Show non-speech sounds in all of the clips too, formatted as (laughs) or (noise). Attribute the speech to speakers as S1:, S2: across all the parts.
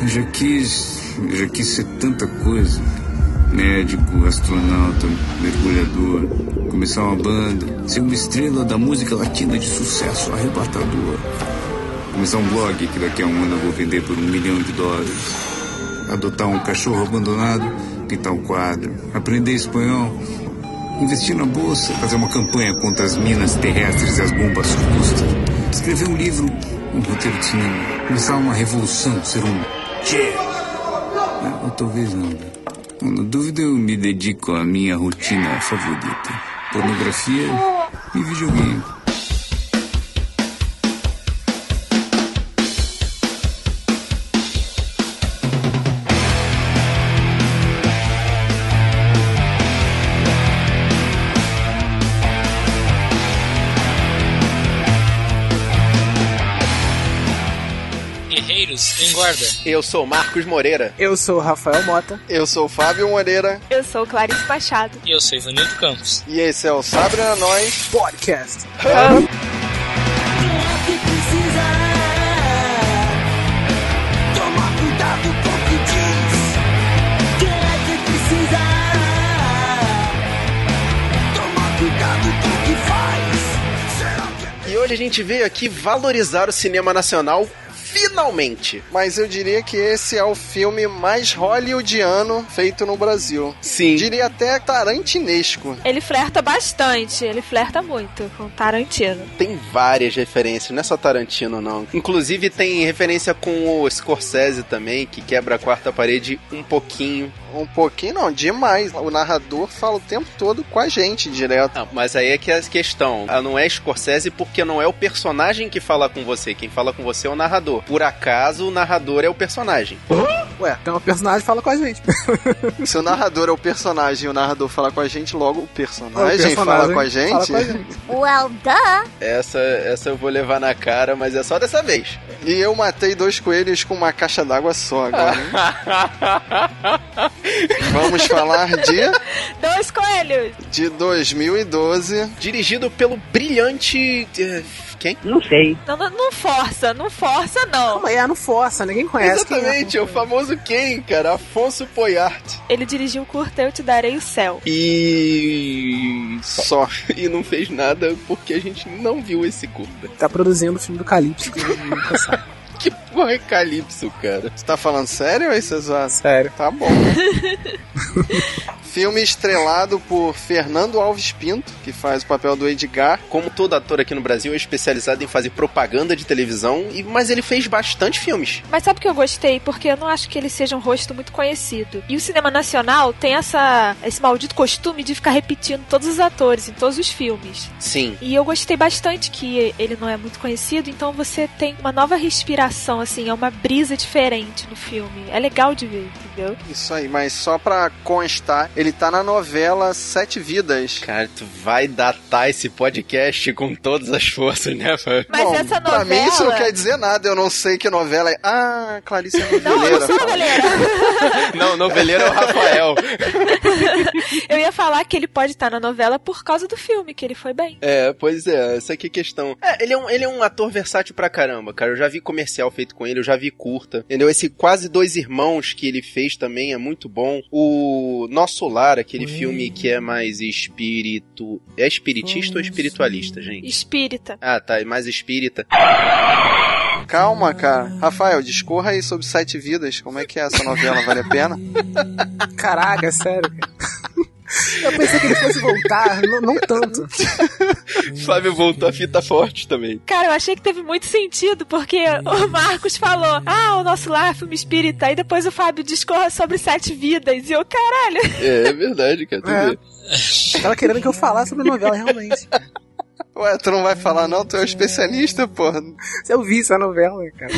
S1: Eu já quis, eu já quis ser tanta coisa. Médico, astronauta, mergulhador, começar uma banda, ser uma estrela da música latina de sucesso, arrebatador. Começar um blog que daqui a um ano eu vou vender por um milhão de dólares. Adotar um cachorro abandonado, pintar um quadro, aprender espanhol, investir na bolsa, fazer uma campanha contra as minas terrestres e as bombas custas, escrever um livro, um roteiro de cinema, começar uma revolução, ser um Che. Ah, ou talvez não. né? Bom, Na dúvida, eu me dedico à minha rotina favorita: pornografia e videogame.
S2: Guerreiros em guarda.
S3: Eu sou Marcos Moreira.
S4: Eu sou o Rafael Mota.
S5: Eu sou o Fábio Moreira
S6: Eu sou Clarice Machado.
S2: E eu sou Ivanildo Campos.
S5: e esse é o Sabrina Nós.
S4: Podcast.
S3: E hoje a gente veio aqui valorizar o cinema nacional finalmente.
S5: Mas eu diria que esse é o filme mais hollywoodiano feito no Brasil.
S3: Sim.
S5: Diria até tarantinesco.
S6: Ele flerta bastante, ele flerta muito com Tarantino.
S3: Tem várias referências, não é só Tarantino não. Inclusive tem referência com o Scorsese também, que quebra a quarta parede um pouquinho.
S5: Um pouquinho, não, demais. O narrador fala o tempo todo com a gente direto.
S3: Ah, mas aí é que é a questão. Ah, Não é Scorsese porque não é o personagem que fala com você. Quem fala com você é o narrador. Por acaso, o narrador é o personagem.
S4: Ué, tem uma personagem que fala com a gente.
S5: Se o narrador é o personagem e o narrador fala com a gente, logo o personagem,
S4: É O personagem
S5: fala com a gente.
S4: fala com a gente.
S7: Well, duh.
S3: Essa, essa eu vou levar na cara, mas é só dessa vez.
S5: E eu matei dois coelhos com uma caixa d'água só agora. hein? Vamos falar de,
S6: Dois coelhos!
S5: de 2012.
S3: (laughs) Dirigido pelo brilhante. eh, Quem?
S6: Não, Então não, não força, não força, não.
S4: Calma aí, ah, não força, ninguém conhece. quem é.
S3: Exatamente, é o famoso quem, cara? Afonso Poyart.
S6: Ele dirigiu o curta Eu Te Darei o Céu.
S3: E.
S5: Só.
S3: E não fez nada porque a gente não viu esse curta.
S4: Tá produzindo o filme do Calypso. que tá nunca sai.
S3: Que porra é Calypso, cara?
S5: Você tá falando sério ou isso é zoado?
S4: Sério.
S5: Tá bom. Filme estrelado por Fernando Alves Pinto, que faz o papel do Edgar.
S3: Como todo ator aqui no Brasil, é especializado em fazer propaganda de televisão, e mas ele fez bastante filmes.
S6: Mas sabe o que eu gostei? Porque eu não acho que ele seja um rosto muito conhecido. E o cinema nacional tem essa, esse maldito costume de ficar repetindo todos os atores em todos os filmes.
S3: Sim.
S6: E eu gostei bastante que ele não é muito conhecido, então você tem uma nova respiração, assim, é uma brisa diferente no filme. É legal de ver, entendeu?
S5: Isso aí, mas só pra constar, ele tá na novela Sete Vidas.
S3: Cara, tu vai datar esse podcast com todas as forças, né, Fábio?
S6: Mas
S5: Bom,
S6: essa
S5: Pra
S6: novela.
S5: mim isso não quer dizer nada, eu não sei que novela é. Ah, Clarice é
S6: Não, Então, eu não sou
S5: noveleira.
S6: noveleira.
S3: Não, noveleiro é o Rafael.
S6: Eu ia falar que ele pode estar na novela por causa do filme, que ele foi bem.
S3: É, pois é, essa aqui é a questão. É, ele é, um, ele é um ator versátil pra caramba, cara. Eu já vi comercial feito com ele, eu já vi curta. Entendeu? Esse quase dois irmãos que ele fez também é muito bom. O Nosso Lar, aquele filme que é mais espírito. É espiritista ou espiritualista, gente?
S6: Espírita.
S3: Ah, tá, é mais espírita.
S5: Calma, cara. Rafael, discorra aí sobre Sete Vidas. Como é que é essa novela? Vale a pena?
S4: Caraca, é sério, cara. Eu pensei que ele fosse voltar, não, não tanto.
S3: (laughs) Flávio voltou a fita forte também.
S6: Cara, eu achei que teve muito sentido, porque o Marcos falou: Ah, o nosso lar é filme espírita. E depois o Fábio discorra sobre sete vidas. E eu, caralho.
S3: É, é verdade, cara. tu
S4: É.
S3: vê.
S4: Tava querendo que eu falasse sobre novela, realmente.
S5: Ué, tu não vai falar não? Tu é um especialista, porra.
S4: Se eu vi essa novela, cara.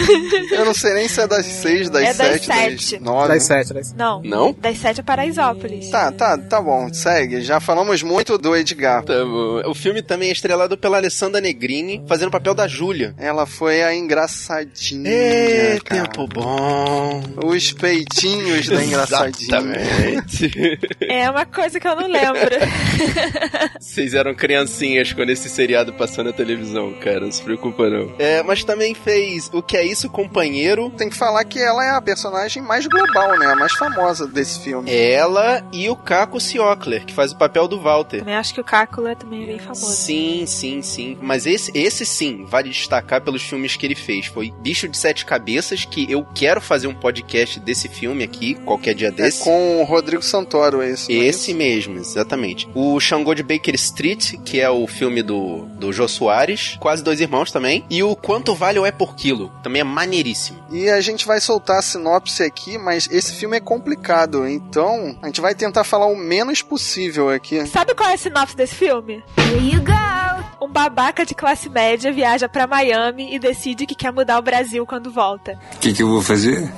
S5: Eu não sei nem se é das seis, das
S6: É das
S5: sete,
S6: sete.
S5: das nove.
S4: Das sete, das sete.
S6: Não.
S3: Não?
S6: Das sete é Paraisópolis.
S5: Tá, tá, tá bom, segue. Já falamos muito do Edgar.
S3: Tá bom. O filme também é estrelado pela Alessandra Negrini, fazendo o papel da Júlia.
S5: Ela foi a engraçadinha.
S3: É,
S5: cara.
S3: tempo bom.
S5: Os peitinhos da engraçadinha.
S3: Exatamente. (laughs)
S6: É uma coisa que eu não lembro. (laughs)
S3: Vocês eram criancinhas quando esse feriado passando na televisão, cara. Não se preocupa, não. É, mas também fez O Que É Isso, Companheiro.
S5: Tem que falar que ela é a personagem mais global, né? A mais famosa desse filme.
S3: É Ela e o Caco Ciocler, que faz o papel do Walter.
S6: Também acho que o Cácula também é bem famoso.
S3: Sim, sim, sim. Mas esse, esse sim, vale destacar pelos filmes que ele fez. Foi Bicho de Sete Cabeças, que eu quero fazer um podcast desse filme aqui, qualquer dia
S5: É
S3: desse.
S5: com o Rodrigo Santoro, esse. não é
S3: Esse mesmo, exatamente. O Xangô de Baker Street, que é o filme do, do Jô Soares, quase dois irmãos também. E o Quanto Vale o É por Quilo, também é maneiríssimo.
S5: E a gente vai soltar a sinopse aqui, mas esse filme é complicado, então a gente vai tentar falar o menos possível aqui.
S6: Sabe qual é a sinopse desse filme? Um babaca de classe média viaja pra Miami e decide que quer mudar o Brasil quando volta.
S1: O que, que eu vou fazer?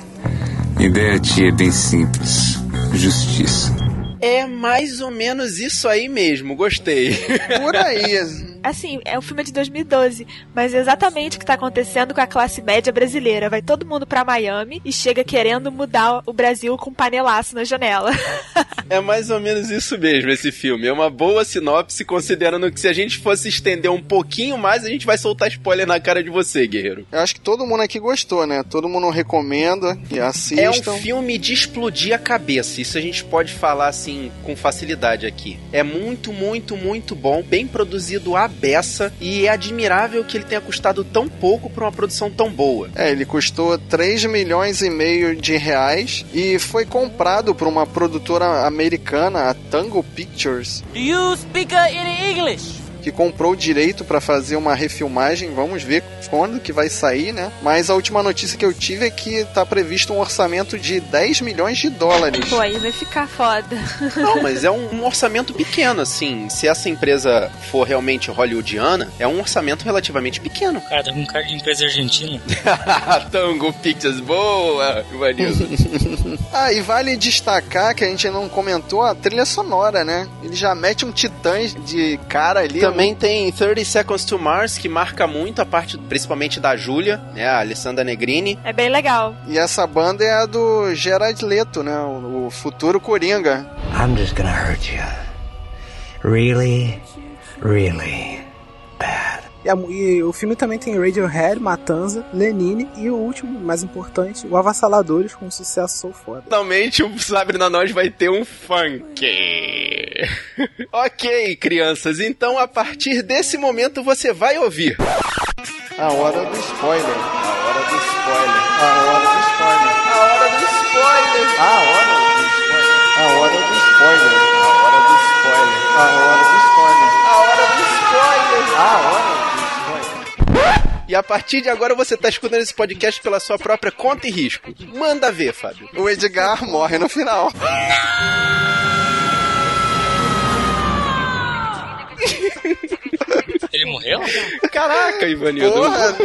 S1: Ideia tia é bem simples. Justiça.
S3: É mais ou menos isso aí mesmo, gostei.
S5: Por aí.
S6: Assim, é um filme de 2012, mas é exatamente o que tá acontecendo com a classe média brasileira. Vai todo mundo pra Miami e chega querendo mudar o Brasil com um panelaço na janela.
S3: (laughs) É mais ou menos isso mesmo, esse filme. É uma boa sinopse, considerando que se a gente fosse estender um pouquinho mais, a gente vai soltar spoiler na cara de você, guerreiro.
S5: Eu acho que todo mundo aqui gostou, né? Todo mundo recomenda que
S3: É um
S5: assistam.
S3: filme de explodir a cabeça. Isso a gente pode falar assim com facilidade aqui. É muito, muito, muito bom, bem produzido à beça e é admirável que ele tenha custado tão pouco pra uma produção tão (laughs) boa.
S5: É, ele custou 3 milhões e meio de reais e foi comprado por uma produtora americana, a Tango Pictures,
S2: You speak uh, in English.
S5: que comprou o direito pra fazer uma refilmagem. Vamos ver quando que vai sair, né? Mas a última notícia que eu tive é que tá previsto um orçamento de 10 milhões de dólares.
S6: (laughs) Pô, aí vai ficar foda.
S3: Não, mas é um, um orçamento pequeno, assim. Se essa empresa for realmente hollywoodiana, é um orçamento relativamente pequeno.
S7: Cara, tá com cara de empresa argentina.
S3: (laughs) Tango Pictures, boa, Ivanildo.
S5: Ah, e vale destacar que a gente não comentou a trilha sonora, né? Ele já mete um titã de cara ali.
S3: Também tem 30 Seconds to Mars, que marca muito a parte, principalmente da Júlia, né, a Alessandra Negrini.
S6: É bem legal.
S5: E essa banda é a do Gerard Leto, né? O o futuro Coringa.
S8: I'm just gonna hurt you. Really, really.
S4: E, a mu- e o filme também tem Radiohead, Matanza, Lenine e o último, mais importante, o Avassaladores, com um sucesso sou foda.
S3: Finalmente o Sabrina um, Nós vai ter um funk. ok, crianças, então a partir desse momento você vai ouvir.
S5: A hora do spoiler.
S3: A hora do spoiler.
S5: A hora do spoiler.
S3: A hora do spoiler.
S5: A hora do spoiler. A hora do spoiler.
S3: A hora do spoiler.
S5: A hora do spoiler.
S3: A hora do spoiler.
S5: A hora do spoiler.
S3: E a partir de agora você tá escutando esse podcast pela sua própria conta e risco. Manda ver, Fábio.
S5: O Edgar morre no final.
S7: Ele morreu?
S3: Caraca, Ivanildo.
S5: Porra, com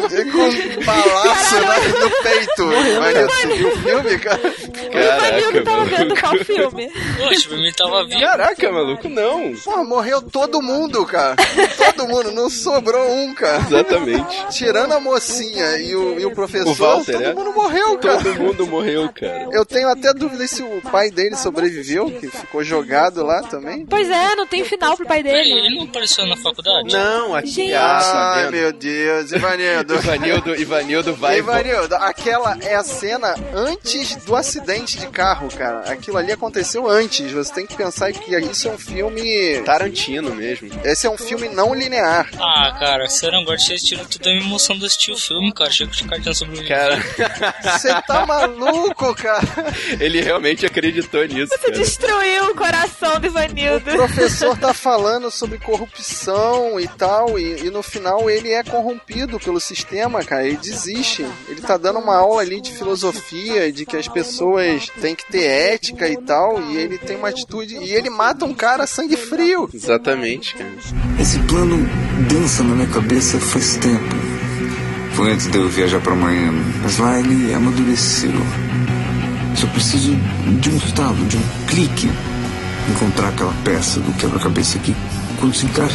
S5: um balaço na- no peito. Olha, você viu o filme, cara?
S6: o Ivanildo tava vendo qual filme.
S7: Poxa, pra mim tava vivo.
S3: Caraca, maluco, não.
S5: Porra, morreu todo mundo, cara. Todo mundo, não sobrou um, cara.
S3: Exatamente.
S5: Tirando a mocinha e o, e o professor,
S3: O Walter,
S5: todo
S3: é?
S5: mundo morreu, cara.
S3: Todo mundo morreu, cara.
S5: Eu tenho até dúvida se o pai dele sobreviveu, que ficou jogado lá também.
S6: Pois é, não tem final pro pai
S7: Peraí,
S6: dele.
S7: ele não apareceu na faculdade?
S3: Não, aqui.
S6: Gente.
S3: Ah,
S5: Ai,
S3: tá vendo?
S5: meu Deus,
S3: (laughs)
S5: Ivanildo.
S3: Ivanildo, Ivanildo vai.
S5: Ivanildo, aquela é a cena antes do acidente de carro, cara. Aquilo ali aconteceu antes. Você tem que pensar que isso é um filme.
S3: Tá. Tarantino mesmo.
S5: Esse é um filme não linear.
S7: Ah, cara, sério, agora vocês tiram toda a minha emoção de assistir o filme, cara. Achei que os caras tinham sobrevivido.
S3: Cara,
S5: Você tá maluco, cara?
S3: ele realmente acreditou nisso.
S6: Você
S3: Cara.
S6: destruiu o coração do Ivanildo.
S5: O professor tá falando sobre corrupção e tal, e, e no final ele é corrompido pelo sistema, cara, ele desiste. Ele tá dando uma aula ali de filosofia, de que as pessoas têm que ter ética e tal, e ele tem uma atitude. E ele mata um cara a sangue frio.
S3: Exatamente, cara.
S1: Esse plano dança na minha cabeça faz tempo. Foi antes de eu viajar pra Miami, mas lá ele amadureceu. Só preciso de um estalo, de um clique. Encontrar aquela peça do quebra-cabeça que, quando se encaixa,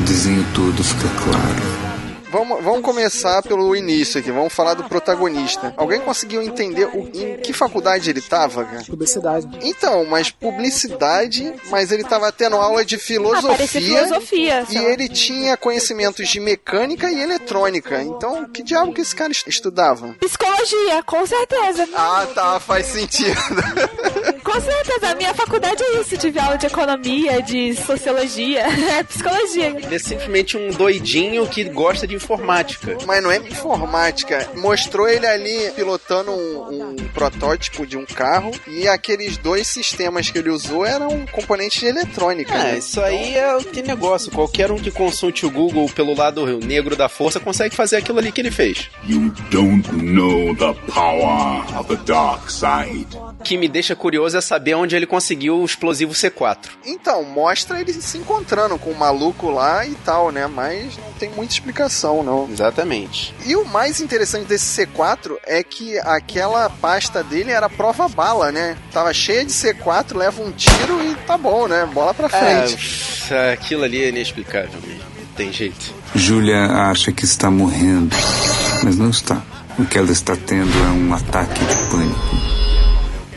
S1: o desenho todo fica claro.
S5: Vamos, vamos começar pelo início aqui, vamos falar do protagonista. Alguém conseguiu entender o- em que faculdade ele tava, cara?
S4: Publicidade.
S5: Então, mas publicidade, mas ele tava tendo aula de
S6: Ah, parecia filosofia.
S5: e
S6: sei lá.
S5: ele tinha conhecimentos de mecânica e eletrônica. Então, que diabo que esse cara est- estudava?
S6: Psicologia, com certeza.
S5: Ah, tá, faz sentido. (laughs)
S6: Com certeza, a minha faculdade é isso. Tive aula de economia, de sociologia, (laughs) é psicologia.
S3: Ele é simplesmente um doidinho que gosta de informática.
S5: Mas não é informática. Mostrou ele ali pilotando um, um protótipo de um carro e aqueles dois sistemas que ele usou eram componentes de eletrônica.
S3: Ah,
S5: né?
S3: isso aí é o que negócio. Qualquer um que consulte o Google pelo lado negro da força consegue fazer aquilo ali que ele fez.
S9: You don't know the power of the dark side.
S3: O que me deixa curioso é saber onde ele conseguiu o explosivo C4.
S5: Então, mostra ele se encontrando com o maluco lá e tal, né? Mas não tem muita explicação, não.
S3: Exatamente.
S5: E o mais interessante desse C4 é que aquela pasta dele era prova bala, né? Tava cheia de C4, leva um tiro e tá bom, né? Bola pra frente.
S3: É, aquilo ali é inexplicável mesmo. Não Tem jeito.
S1: Júlia acha que está morrendo, mas não está. O que ela está tendo é um ataque de pânico.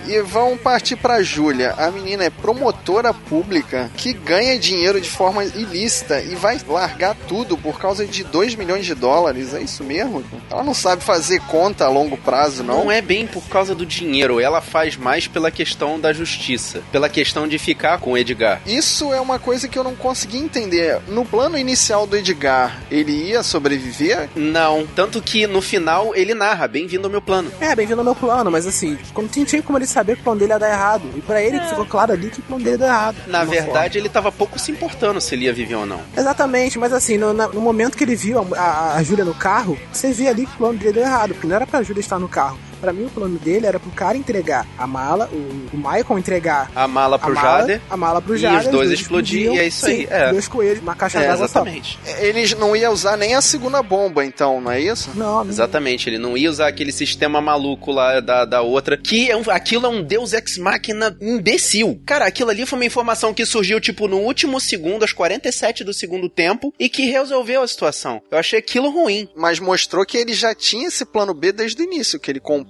S5: E vamos partir pra Júlia. A menina é promotora pública que ganha dinheiro de forma ilícita e vai largar tudo por causa de 2 milhões de dólares. É isso mesmo? Ela não sabe fazer conta a longo prazo, não.
S3: Não é bem por causa do dinheiro, ela faz mais pela questão da justiça, pela questão de ficar com o Edgar.
S5: Isso é uma coisa que eu não consegui entender. No plano inicial do Edgar, ele ia sobreviver?
S3: Não, tanto que no final ele narra, bem-vindo ao meu plano.
S4: É, bem-vindo ao meu plano, mas assim, como tinha, tinha como ele saber que o plano dele ia dar errado. E pra ele ficou claro ali que o plano dele ia dar errado.
S3: Na
S4: De uma
S3: verdade, ele tava pouco se importando se ele ia viver ou não.
S4: forma. Exatamente, mas assim, no, na- no momento que ele viu a, a, a Júlia no carro, você via ali que o plano dele deu errado, porque não era pra Júlia estar no carro. Pra mim, o plano dele era pro cara entregar a mala, o, o Michael entregar
S3: A mala
S4: a
S3: pro
S4: mala,
S3: Jader.
S4: a mala pro
S3: e
S4: Jader.
S3: os dois explodir,
S4: explodiam.
S3: e é isso aí,
S4: Sim,
S3: é.
S4: Dois coelhos, uma caixa
S3: É,
S4: d'água só.
S3: exatamente.
S5: Eles não ia usar nem a segunda bomba, então, não é isso?
S4: Não, não
S3: Exatamente, ele não ia usar aquele sistema maluco lá da, da outra, que é um, aquilo é um deus ex-máquina imbecil. Cara, aquilo ali foi uma informação que surgiu, tipo, no último segundo, aos 47 do segundo tempo, e que resolveu a situação. Eu achei aquilo ruim.
S5: Mas mostrou que ele já tinha esse plano B desde o início, que ele comprou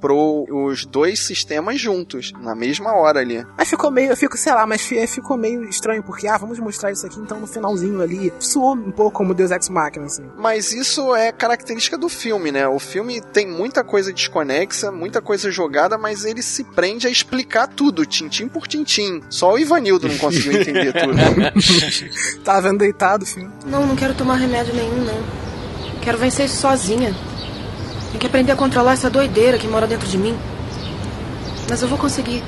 S5: os dois sistemas juntos, na mesma hora ali.
S4: Mas ficou meio, eu fico, sei lá, mas fi- ficou meio estranho, porque, ah, vamos mostrar isso aqui então no finalzinho ali. Suou um pouco como Deus Ex Machina, assim.
S5: Mas isso é característica do filme, né? O filme tem muita coisa desconexa, muita coisa jogada, mas ele se prende a explicar tudo, tintim por tintim. Só o Ivanildo não conseguiu entender tudo.
S4: Tava vendo deitado assim. o filme.
S10: Não, não quero tomar remédio nenhum, não. Quero vencer isso sozinha. Tem que aprender a controlar essa doideira que mora dentro de mim. Mas eu vou conseguir.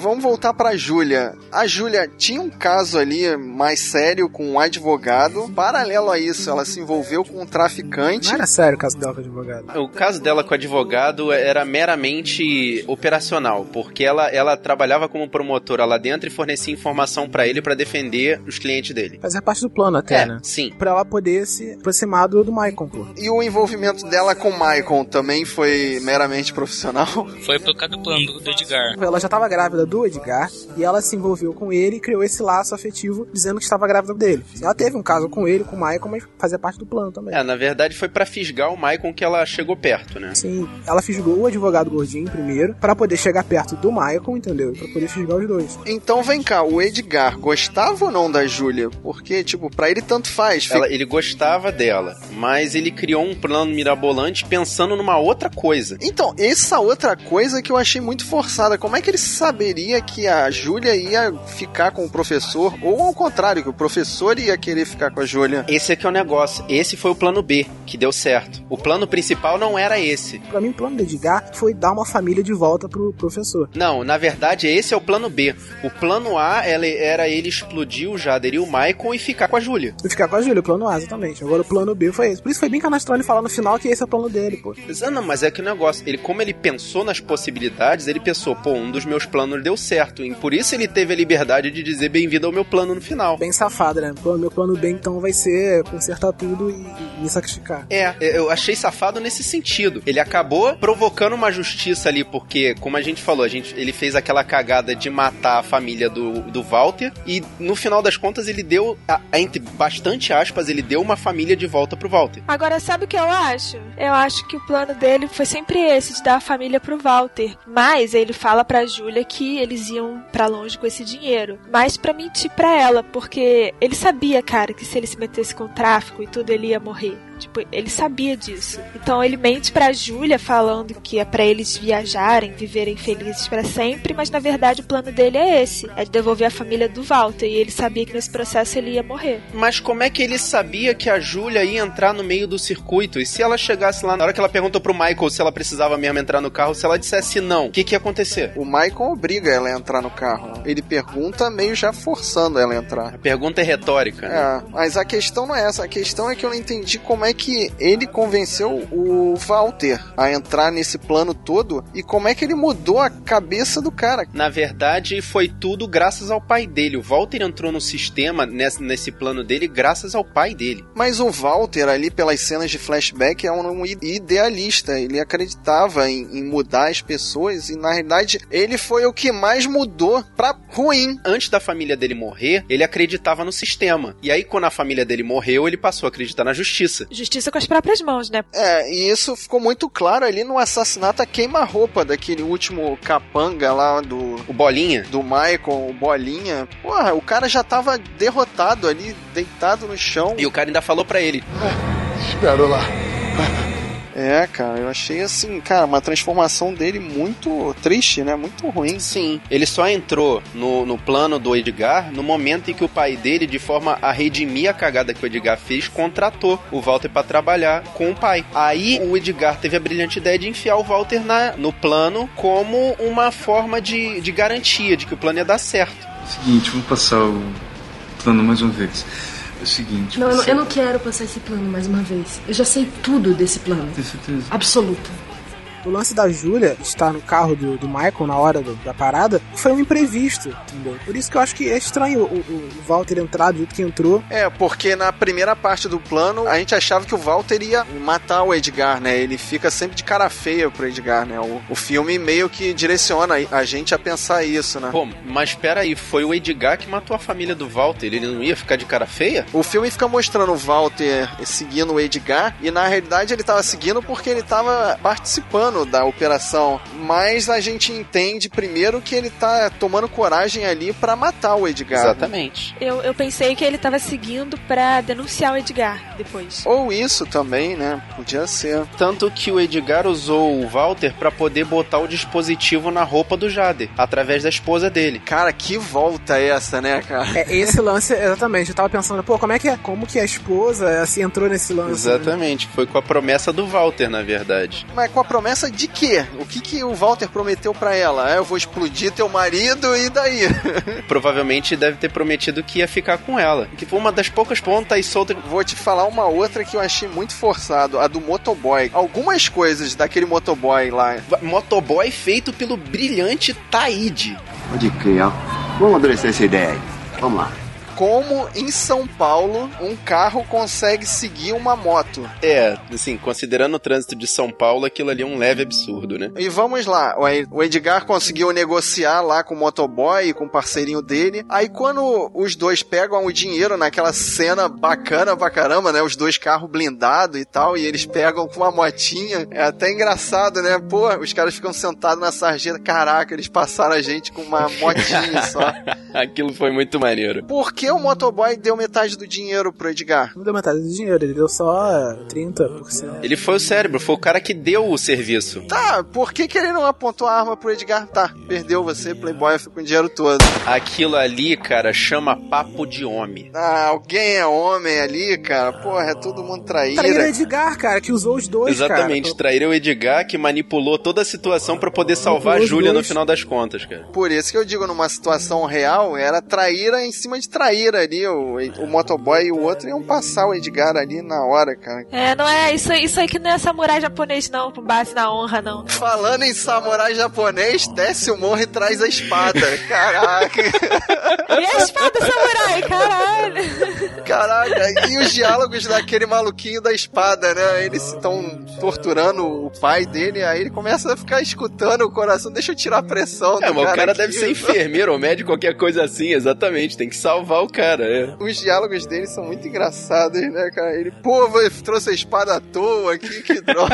S5: Vamos voltar pra Júlia. A Júlia tinha um caso ali mais sério com um advogado. Paralelo a isso, ela se envolveu com um traficante.
S4: Não era sério o caso dela com o advogado.
S3: O caso dela com o advogado era meramente operacional, porque ela, ela trabalhava como promotora lá dentro e fornecia informação pra ele pra defender os clientes dele.
S4: Fazia parte do plano
S3: É.
S4: até, né?
S3: sim.
S4: Pra ela poder se aproximar do, do Michael, pô.
S5: E o envolvimento dela com o Michael também foi meramente profissional. (laughs)
S7: Foi por causa do plano do do Edgar.
S4: Ela já tava grávida do Edgar e ela se envolveu com ele e criou esse laço afetivo dizendo que estava grávida dele. Ela teve um caso com ele, com o Michael, mas fazia parte do plano também.
S3: É, na verdade foi pra fisgar o Michael que ela chegou perto, né?
S4: Sim, ela fisgou o advogado gordinho primeiro, pra poder chegar perto do Michael, entendeu? Pra poder fisgar os dois.
S5: Então vem cá, o Edgar gostava ou não da Júlia? Porque, tipo, pra ele tanto faz. Fica-
S3: Ela- ele gostava dela, mas ele criou um plano mirabolante pensando numa outra coisa.
S5: Então, essa outra coisa que eu achei muito forçada. Como é que ele saberia que a Júlia ia ficar com o professor? Ou ao contrário, que o professor ia querer ficar com a Júlia?
S3: Esse é que é o negócio. Esse foi o plano B, que deu certo. O plano principal não era esse.
S4: Pra mim, o plano do Edgar foi dar uma família de volta pro professor.
S3: Não, na verdade, esse é o plano B. O plano A ela- era ele explodir o Jader e o Michael e ficar com a Júlia.
S4: E ficar com a Júlia, o plano A, exatamente. Agora o plano B foi esse. Por isso foi bem canastrone falar no final que esse é o plano dele, pô.
S3: Mas, ah, não, mas é que o negócio, ele, como ele pensou nas possibilidades, ele pensou, pô, um dos meus planos planos deu certo. E por isso ele teve a liberdade de dizer bem-vindo ao meu plano no final.
S4: Bem safado, né? O meu plano bem então vai ser consertar tudo e, e me sacrificar.
S3: É, eu achei safado nesse sentido. Ele acabou provocando uma justiça ali, porque, como a gente falou, a gente, ele fez aquela cagada de matar a família do, do Walter e no final das contas ele deu, a- entre bastante aspas, ele deu uma família de volta pro Walter.
S6: Agora, sabe o que eu acho? Eu acho que o plano dele foi sempre esse, de dar a família pro Walter. Mas ele fala pra Júlia que eles iam pra longe com esse dinheiro. Mas pra mentir pra ela, porque ele sabia, cara, que se ele se metesse com o tráfico e tudo, ele ia morrer. Tipo, ele sabia disso. Então ele mente pra Júlia falando que é pra eles viajarem, viverem felizes pra sempre, mas na verdade o plano dele é esse, é de devolver a família do Walter e ele sabia que nesse processo ele ia morrer.
S3: Mas como é que ele sabia que a Júlia ia entrar no meio do circuito? E se ela chegasse lá, na hora que ela perguntou pro Michael se ela precisava mesmo entrar no carro, se ela dissesse não, o que, que ia acontecer?
S5: O Michael obriga ela a entrar no carro. Ele pergunta meio já forçando ela a entrar.
S3: A pergunta é retórica, né?
S5: É, mas a questão não é essa. A questão é que eu não entendi como é que ele convenceu o Walter a entrar nesse plano todo e como é que ele mudou a cabeça do cara.
S3: Na verdade, foi tudo graças ao pai dele. O Walter entrou no sistema, nesse, nesse plano dele, graças ao pai dele.
S5: Mas o Walter, ali pelas cenas de flashback, é um i- idealista. Ele acreditava em, em mudar as pessoas e, na realidade, ele foi o que mais mudou pra ruim.
S3: Antes da família dele morrer, ele acreditava no sistema. E aí, quando a família dele morreu, ele passou a acreditar na justiça.
S6: Justiça com as próprias mãos, né?
S5: É, e isso ficou muito claro ali no assassinato a queima-roupa daquele último capanga lá do,
S3: O Bolinha,
S5: do Michael, o Bolinha. Porra, o cara já tava derrotado ali, deitado no chão.
S3: e o cara ainda falou pra ele:
S5: É, cara, eu achei assim, cara, uma transformação dele muito triste, né? Muito ruim.
S3: Sim. Ele só entrou no, no plano do Edgar no momento em que o pai dele, de forma a redimir a cagada que o Edgar fez, contratou o Walter pra trabalhar com o pai. Aí o Edgar teve a brilhante ideia de enfiar o Walter na, no plano como uma forma de, de garantia de que o plano ia dar certo.
S1: Seguinte, vou passar o plano mais uma vez. É o seguinte.
S10: Não, eu não,
S1: você-
S10: eu não quero passar esse plano mais uma vez. Eu já sei tudo desse plano.
S1: Tem certeza?
S10: Absoluto.
S4: O lance da Júlia estar no carro do, do Michael na hora do- da parada foi um imprevisto, entendeu? Por isso que eu acho que é estranho o, o- o Walter entrar do jeito que entrou.
S5: É, porque na primeira parte do plano, a gente achava que o Walter ia matar o Edgar, né? Ele fica sempre de cara feia pro Edgar, né? O, o filme meio que direciona a gente a pensar isso, né?
S3: Pô, mas peraí, foi o Edgar que matou a família do Walter, ele não ia ficar de cara feia?
S5: O filme fica mostrando o Walter seguindo o Edgar e na realidade ele tava seguindo porque ele tava participando da operação, mas a gente entende primeiro que ele tá tomando coragem ali pra matar o Edgar. né?
S3: Exatamente.
S6: Eu, eu pensei que ele tava seguindo pra denunciar o Edgar depois.
S5: Ou isso também, né? Podia ser.
S3: Tanto que o Edgar usou o Walter pra poder botar o dispositivo na roupa do Jader, através da esposa dele.
S5: Cara, que volta é essa, né, cara?
S4: É esse lance, exatamente. Eu tava pensando, pô, como é que é? Como que a esposa assim entrou nesse lance? né?
S3: Exatamente, foi com a promessa do Walter, na verdade.
S5: Mas com a promessa de quê? O que, que o Walter prometeu pra ela? É, eu vou explodir teu marido e daí? (laughs)
S3: Provavelmente deve ter prometido que ia ficar com ela. Que foi uma das poucas pontas soltas.
S5: Vou te falar uma outra que eu achei muito forçado, a do motoboy. Algumas coisas daquele motoboy lá
S3: Motoboy feito pelo brilhante Taide.
S8: Pode crer, ó. Vamos amadurecer essa ideia aí. Vamos lá.
S5: como em São Paulo um carro consegue seguir uma moto.
S3: É, assim, considerando o trânsito de São Paulo, aquilo ali é um leve absurdo, né?
S5: E vamos lá, o Edgar conseguiu negociar lá com o motoboy e com o parceirinho dele. Aí quando os dois pegam o dinheiro naquela cena bacana pra caramba, né? Os dois carros blindados e tal, e eles pegam com uma motinha. É até engraçado, né? Pô, os caras ficam sentados na sarjeta. Caraca, eles passaram a gente com uma motinha só.
S3: aquilo foi muito maneiro.
S5: Por que o motoboy deu metade do dinheiro pro Edgar?
S4: Não deu metade do dinheiro, ele deu só eh, 30%.
S3: Ele foi o cérebro, foi o cara que deu o serviço.
S5: Tá, por que, que ele não apontou a arma pro Edgar? Tá, perdeu você, Playboy, fica com o dinheiro todo.
S3: Aquilo ali, cara, chama papo de homem.
S5: Ah, alguém é homem ali, cara? Porra, é todo mundo traíra.
S4: Traíra é Edgar, cara, que usou os dois,
S3: Exatamente,
S4: cara.
S3: traíram o Edgar que manipulou toda a situação pra poder salvar a
S4: Manipulou os
S3: Júlia no
S4: dois.
S3: final das contas, cara.
S5: Por isso que eu digo, numa situação real, era traíra em cima de cair ali, o, o motoboy e o outro iam passar o Edgar ali na hora, cara.
S6: É, não é isso, aí- isso aí que não é samurai japonês, não, com base na honra, não.
S5: Falando em samurai japonês, desce o morro e traz
S3: (laughs)
S5: a espada. Caraca.
S6: E a é espada samurai, caralho!
S5: Caraca, e os diálogos daquele maluquinho da espada, né? Eles estão torturando o pai dele, aí ele começa a ficar escutando o coração, deixa eu tirar a pressão.
S3: É,
S5: do
S3: mas o cara
S5: aqui.
S3: deve
S4: (laughs)
S3: ser enfermeiro ou médico, qualquer coisa assim, exatamente. Tem que salvar o cara, é.
S5: Os diálogos dele são muito engraçados, né, cara? Ele, pô, eu trouxe a espada à toa aqui, que (laughs) droga.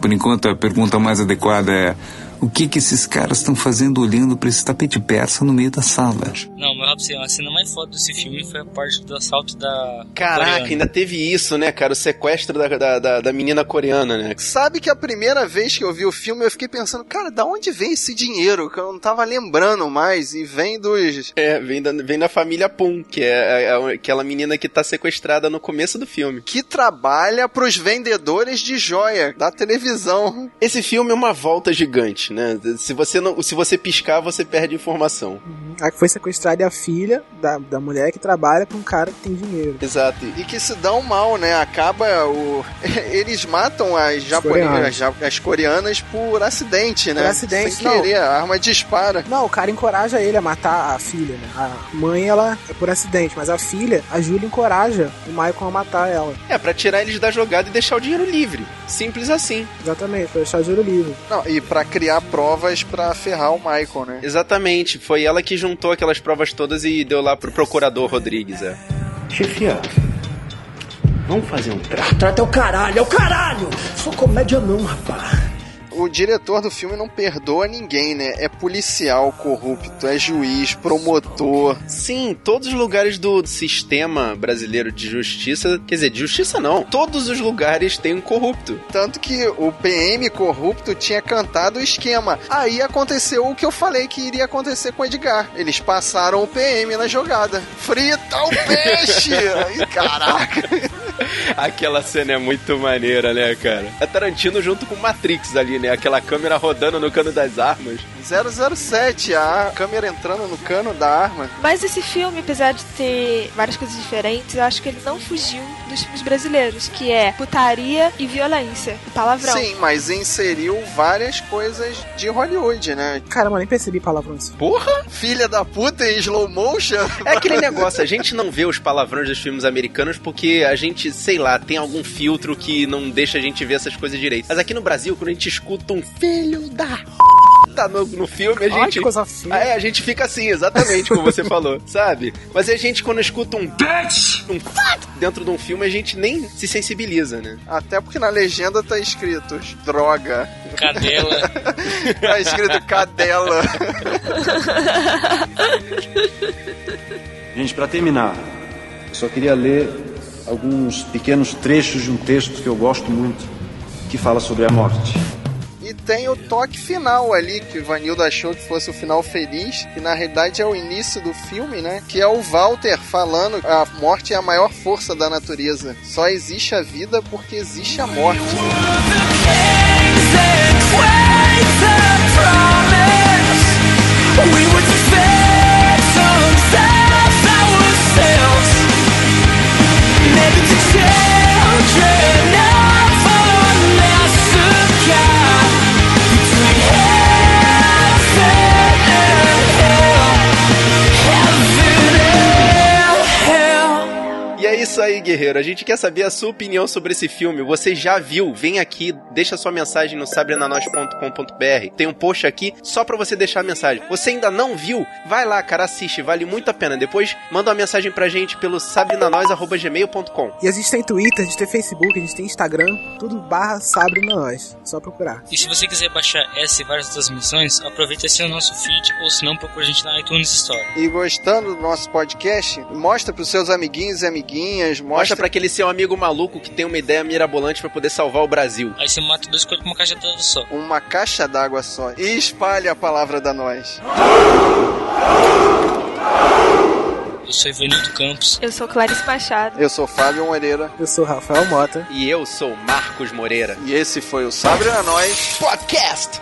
S1: Por enquanto, a pergunta mais adequada é: o que, que esses caras estão fazendo olhando pra esse tapete persa no meio da sala?
S7: Não, mas rapidinho, a cena mais foda desse filme foi a parte do assalto da.
S3: Caraca, ainda teve isso, né, cara? O sequestro da, da, da, da menina coreana, né?
S5: Sabe que a primeira vez que eu vi o filme, eu fiquei pensando, cara, da onde vem esse dinheiro? Que eu não tava lembrando mais, e vem dos...
S3: É, vem da, vem da família Pum, que é a- a- aquela menina que tá sequestrada no começo do filme.
S5: Que trabalha pros vendedores de joia da televisão.
S3: Esse filme é uma volta gigante, né? Se você, não, se você piscar, você perde informação.
S4: Aí foi sequestrada é a filha da, da mulher que trabalha pra um cara que tem dinheiro.
S3: Exato.
S5: E que se dão mal, né? Acaba o. (laughs) Eles matam as japonesas,
S4: coreanas.
S5: as, ja- as coreanas por acidente, né?
S4: Por acidente,
S5: Sem querer, a arma dispara.
S4: Não, o cara encoraja ele a matar a filha, né? A mãe, ela é por acidente, mas a filha, a Júlia encoraja o Michael a matar ela.
S3: É, pra tirar eles da jogada e deixar o dinheiro livre. Simples assim.
S4: Exatamente, pra deixar o Júlio livre.
S5: Não, e pra criar provas pra ferrar o Michael, né?
S3: Exatamente. Foi ela que juntou aquelas provas todas e deu lá pro procurador Rodrigues, é.
S11: Chefia, vamos fazer um trato. Trato é o caralho, é o caralho! Sou comédia não, rapaz.
S5: O diretor do filme não perdoa ninguém, né? É policial corrupto, é juiz, promotor.
S3: Sim, todos os lugares do sistema brasileiro de justiça. Quer dizer, de justiça não. Todos os lugares tem um corrupto.
S5: Tanto que o PM corrupto tinha cantado o esquema. Aí aconteceu o que eu falei que iria acontecer com o Edgar. Eles passaram o PM na jogada. Frita o peixe! Ai, caraca!
S3: Aquela cena é muito maneira, né, cara? É Tarantino junto com Matrix ali, né? Aquela câmera rodando no cano das armas.
S5: 007, a câmera entrando no cano da arma.
S6: Mas esse filme, apesar de ter várias coisas diferentes, eu acho que ele não fugiu dos filmes brasileiros, que é putaria e violência. Palavrão.
S5: Sim, mas inseriu várias coisas de Hollywood, né?
S4: (laughs) Caramba, nem percebi palavrão assim.
S3: Porra!
S5: Filha da puta em slow motion?
S3: É aquele negócio, a gente não vê os palavrões dos filmes americanos porque a gente, sei lá, tem algum filtro que não deixa a gente ver essas coisas direito. Mas aqui no Brasil, quando a gente escuta um filho da tá no, no filme, a
S4: Ai,
S3: gente.
S4: que coisa
S3: Ah,
S4: feia.
S3: é, a gente fica assim, exatamente como você falou, (laughs) sabe? Mas a gente, quando escuta um bitch, um fuck dentro de um filme, a gente nem se sensibiliza, né?
S5: Até porque na legenda tá escrito droga.
S7: Cadela.
S5: Tá escrito cadela.
S11: Gente, pra terminar, eu só queria ler alguns pequenos trechos de um texto que eu gosto muito, que fala sobre a morte.
S5: E tem o toque final ali, que o Ivanildo achou que fosse o final feliz, que na realidade é o início do filme, né? Que é o Walter falando a morte é a maior força da natureza. Só existe a vida porque existe a morte.
S3: E é isso aí, guerreiro. A gente quer saber a sua opinião sobre esse filme. Você já viu? Vem aqui, deixa sua mensagem no sabrenanois.com.br. Tem um post aqui só pra você deixar a mensagem. Você ainda não viu? Vai lá, cara, assiste, vale muito a pena. Depois manda uma mensagem pra gente pelo sabrenanois@gmail.com.
S4: E a gente tem Twitter, a gente tem Facebook, a gente tem Instagram, tudo barra sabre na nós. Só procurar.
S7: E se você quiser baixar essa e várias outras missões, aproveita esse é o nosso feed ou se não, procura a gente na iTunes Store.
S5: E gostando do nosso podcast, mostra pros seus amiguinhos e amiguinhas,
S3: Mostra
S5: mostra,
S3: pra aquele seu amigo maluco que tem uma ideia mirabolante pra poder salvar o Brasil.
S7: Aí você mata dois coelhos com uma caixa d'água só.
S5: uma caixa d'água só e espalhe a palavra da nós.
S7: Eu sou Ivanildo Campos.
S6: Eu sou Clarice Machado.
S5: Eu sou Fábio Moreira
S4: Eu sou Rafael Mota.
S3: E eu sou Marcos Moreira.
S5: e esse foi o Sabre na Nós.
S3: Podcast!